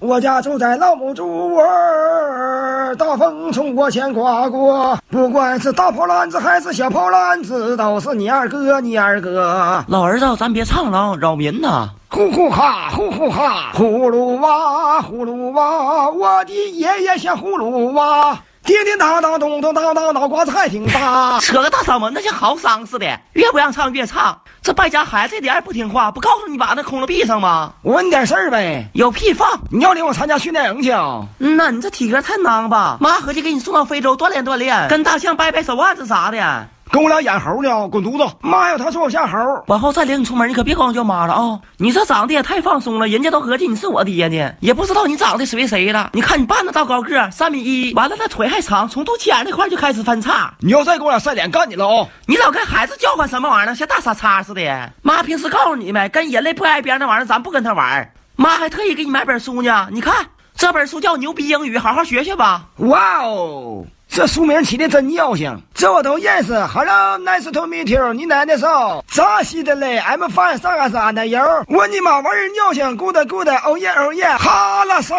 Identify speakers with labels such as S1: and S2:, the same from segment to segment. S1: 我家住在老母猪儿，大风从我前刮过，不管是大炮篮子还是小炮篮子，都是你二哥，你二哥。
S2: 老儿子，咱别唱了，扰民呐！
S1: 呼呼哈，呼呼哈，葫芦娃，葫芦娃，我的爷爷像葫芦娃，叮叮当当，咚咚当当，脑瓜子还挺 大。
S2: 扯个大嗓门，那像嚎丧似的，越不让唱越唱。这败家孩子一点也不听话，不告诉你把那空了闭上吗？
S1: 我问你点事儿呗，
S2: 有屁放！
S1: 你要领我参加训练营去啊？
S2: 嗯呐，你这体格太囊吧？妈合计给你送到非洲锻炼锻炼，跟大象掰掰手腕子啥的。
S1: 跟我俩演猴呢，滚犊子！妈呀，他说我像猴。
S2: 往后再领你出门，你可别光叫妈了啊、你这长得也太放松了，人家都合计你是我爹呢，也不知道你长得随谁了。你看你爸那大高个儿，三米一，完了那腿还长，从肚脐眼那块就开始翻叉。
S1: 你要再跟我俩晒脸，干你了啊、
S2: 你老跟孩子叫唤什么玩意儿呢？像大傻叉似的。妈平时告诉你们，跟人类不挨边那玩意儿，咱不跟他玩儿。妈还特意给你买本书呢，你看这本书叫《牛逼英语》，好好学学吧。
S1: 哇哦，这书名起的真尿性，这我都认识。Hello, nice to meet you。你奶奶少，扎西的嘞，I'm fine，上个山的油。我你妈玩意儿尿性，good good，哦耶哦耶，哈啦少。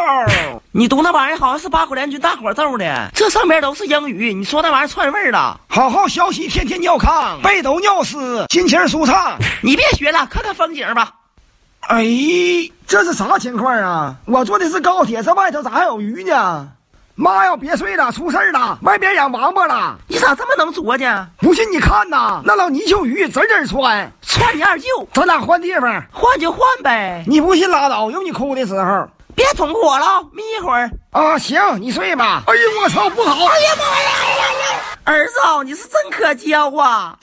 S2: 你读那玩意儿好像是八国联军大伙揍的，这上边都是英语，你说那玩意儿串味儿了。
S1: 好好学习，天天尿炕，背都尿湿，心情舒畅。
S2: 你别学了，看看风景吧。
S1: 哎，这是啥情况啊？我坐的是高铁，这外头咋还有鱼呢？妈呀，别睡了，出事儿了，外边养王八了！
S2: 你咋这么能作呢？
S1: 不信你看呐，那老泥鳅鱼滋滋窜，
S2: 窜你二舅，
S1: 咱俩换地方。
S2: 换就换呗，
S1: 你不信拉倒，有你哭的时候
S2: 别捅我了，眯一会儿。
S1: 啊！行，你睡吧。哎呀，我操，不好！哎呀妈呀！
S2: 儿子，你是真可教啊！